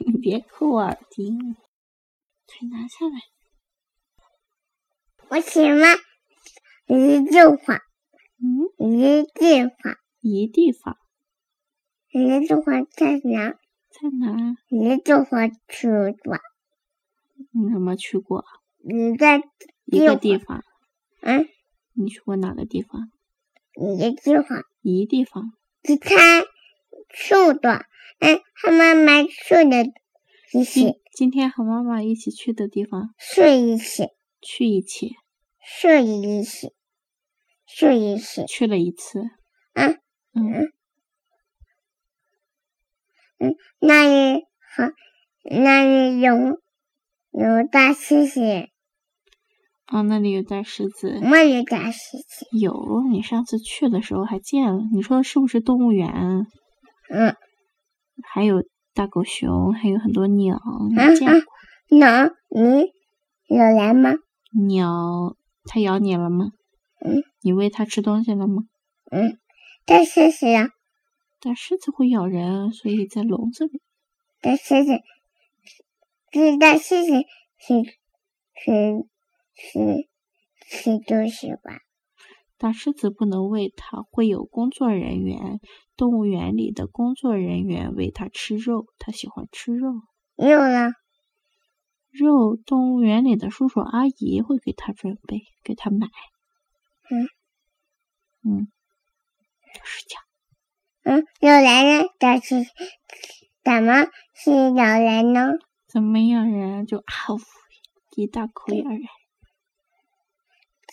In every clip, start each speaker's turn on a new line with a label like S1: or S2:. S1: 别扣耳钉，腿拿下来。
S2: 我喜欢一句话，
S1: 嗯，
S2: 一句话，
S1: 移地方
S2: 一句话在哪？
S1: 在哪儿？
S2: 一句话去哪？
S1: 你有没有去过啊
S2: 你在
S1: 一个地方？
S2: 嗯，
S1: 你去过哪个地方？
S2: 一句话，
S1: 移地方
S2: 你看树的，嗯，他们买树的一
S1: 今
S2: 起
S1: 今天和妈妈一起去的地方，
S2: 睡一起
S1: 去一起，
S2: 睡一起睡一起，
S1: 去了一次。
S2: 嗯
S1: 嗯，
S2: 那里好，那里有有大猩猩，
S1: 哦，那里有袋狮子。
S2: 没有大猩猩，
S1: 有，你上次去的时候还见了。你说是不是动物园？
S2: 嗯，
S1: 还有大狗熊，还有很多鸟，你
S2: 啊
S1: 见
S2: 啊，能你有来吗？
S1: 鸟，它咬你了吗？
S2: 嗯，
S1: 你喂它吃东西了吗？
S2: 嗯，大猩猩啊，
S1: 但狮子会咬人，啊所以在笼子里。
S2: 大猩猩，这大猩猩是是是是东西吧？
S1: 大狮子不能喂它，会有工作人员，动物园里的工作人员喂它吃肉，它喜欢吃肉。
S2: 有了，
S1: 肉，动物园里的叔叔阿姨会给它准备，给它买。
S2: 嗯
S1: 嗯，睡觉。
S2: 嗯，有来了，大猩猩怎么是有来呢？
S1: 怎么咬人就啊呜，一大口咬人，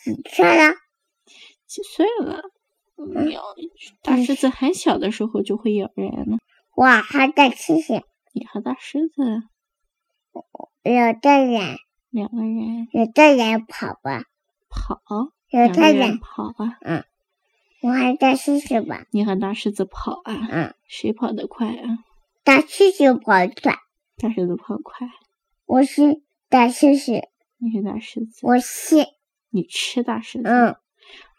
S2: 几岁了？
S1: 几岁了？咬大狮子很小的时候就会咬人了。
S2: 哇，还大猩猩
S1: 你和大狮子
S2: 有的人
S1: 两个人
S2: 有的人跑吧，
S1: 跑，
S2: 有
S1: 两个
S2: 的
S1: 人
S2: 人
S1: 跑啊，
S2: 我还大猩猩吧，
S1: 你和大狮子跑啊，
S2: 嗯，
S1: 谁跑得快啊？
S2: 大猩猩跑得快，
S1: 大狮子跑快，
S2: 我是大猩猩，
S1: 你是大狮子，
S2: 我是
S1: 你吃大狮子。
S2: 嗯。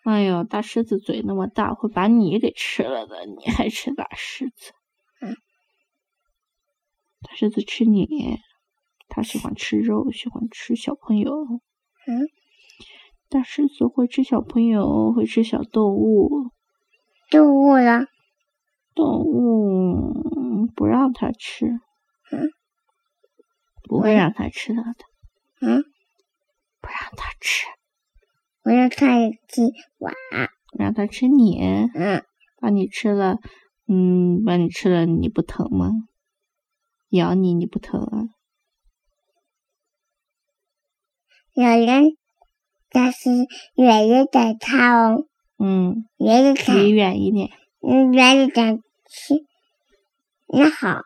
S1: 哎呦，大狮子嘴那么大，会把你给吃了的，你还吃大狮子？
S2: 嗯
S1: 大狮子吃你，它喜欢吃肉，喜欢吃小朋友。
S2: 嗯，
S1: 大狮子会吃小朋友，会吃小动物，
S2: 动物了。
S1: 动物不让它吃。
S2: 嗯，
S1: 不会
S2: 喂
S1: 让它吃到的，
S2: 嗯，
S1: 不让它吃，
S2: 我要看鸡娃，
S1: 让它吃你。
S2: 嗯，
S1: 把你吃了，嗯，把你吃了，你不疼吗？咬你你不疼啊？
S2: 有人，但是远一点它哦，
S1: 嗯，
S2: 远一
S1: 离
S2: 点，
S1: 远一点，
S2: 嗯，远一点吃。那好，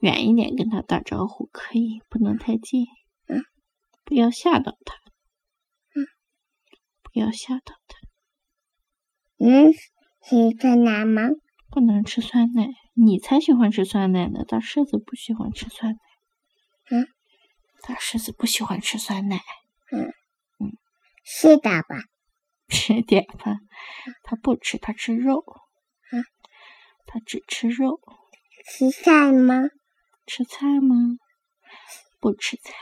S1: 远一点跟它打招呼可以，不能太近。
S2: 嗯，
S1: 不要吓到它。不要吓到它，
S2: 嗯，喜欢哪吗？
S1: 不能吃酸奶。你才喜欢吃酸奶呢，大狮子不喜欢吃酸奶。
S2: 嗯，
S1: 大狮子不喜欢吃酸奶，
S2: 是的吧？
S1: 吃点吧。它不吃，它吃肉。
S2: 嗯，
S1: 它只吃肉。
S2: 吃菜吗？
S1: 吃菜吗？不吃菜。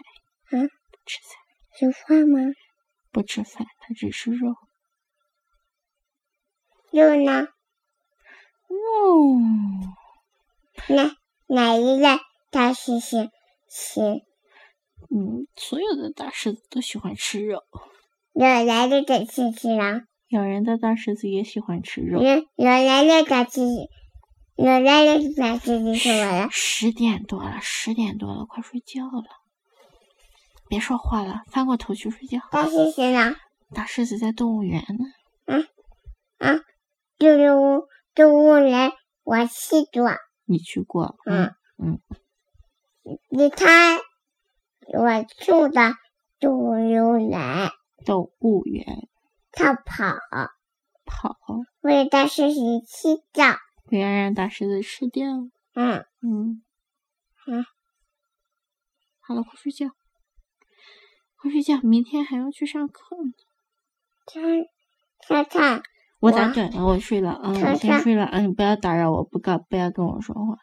S2: 嗯
S1: 不吃菜，
S2: 吃饭吗？
S1: 不吃饭，它只吃肉。
S2: 肉呢？
S1: 肉，
S2: 哪哪一类大猩猩吃？
S1: 嗯，所有的大狮子都喜欢吃肉，
S2: 有来的大猩猩了，
S1: 咬人的大狮子也喜欢吃
S2: 有
S1: 肉。
S2: 有来的大猩猩，有来的大猩猩是我了。
S1: 十点多了，十点多了，快睡觉了，别说话了，翻过头去睡觉。
S2: 大猩猩呢？
S1: 大狮子在动物园呢，
S2: 啊，这个屋动物园我去过，
S1: 你去过？
S2: 嗯
S1: 嗯，
S2: 你看我住的动物园，
S1: 动物园
S2: 它跑，
S1: 跑，
S2: 为了大猩猩睡觉，
S1: 不要让大狮子吃掉。
S2: 嗯，
S1: 嗯，
S2: 嗯，
S1: 好了，快睡觉，快睡觉，明天还要去上课呢。
S2: 它它它
S1: 我打
S2: 哇
S1: 盹了，我睡了啊，嗯
S2: 看
S1: 我先
S2: 看
S1: 睡了啊，你不要打扰我，不告不要跟我说话。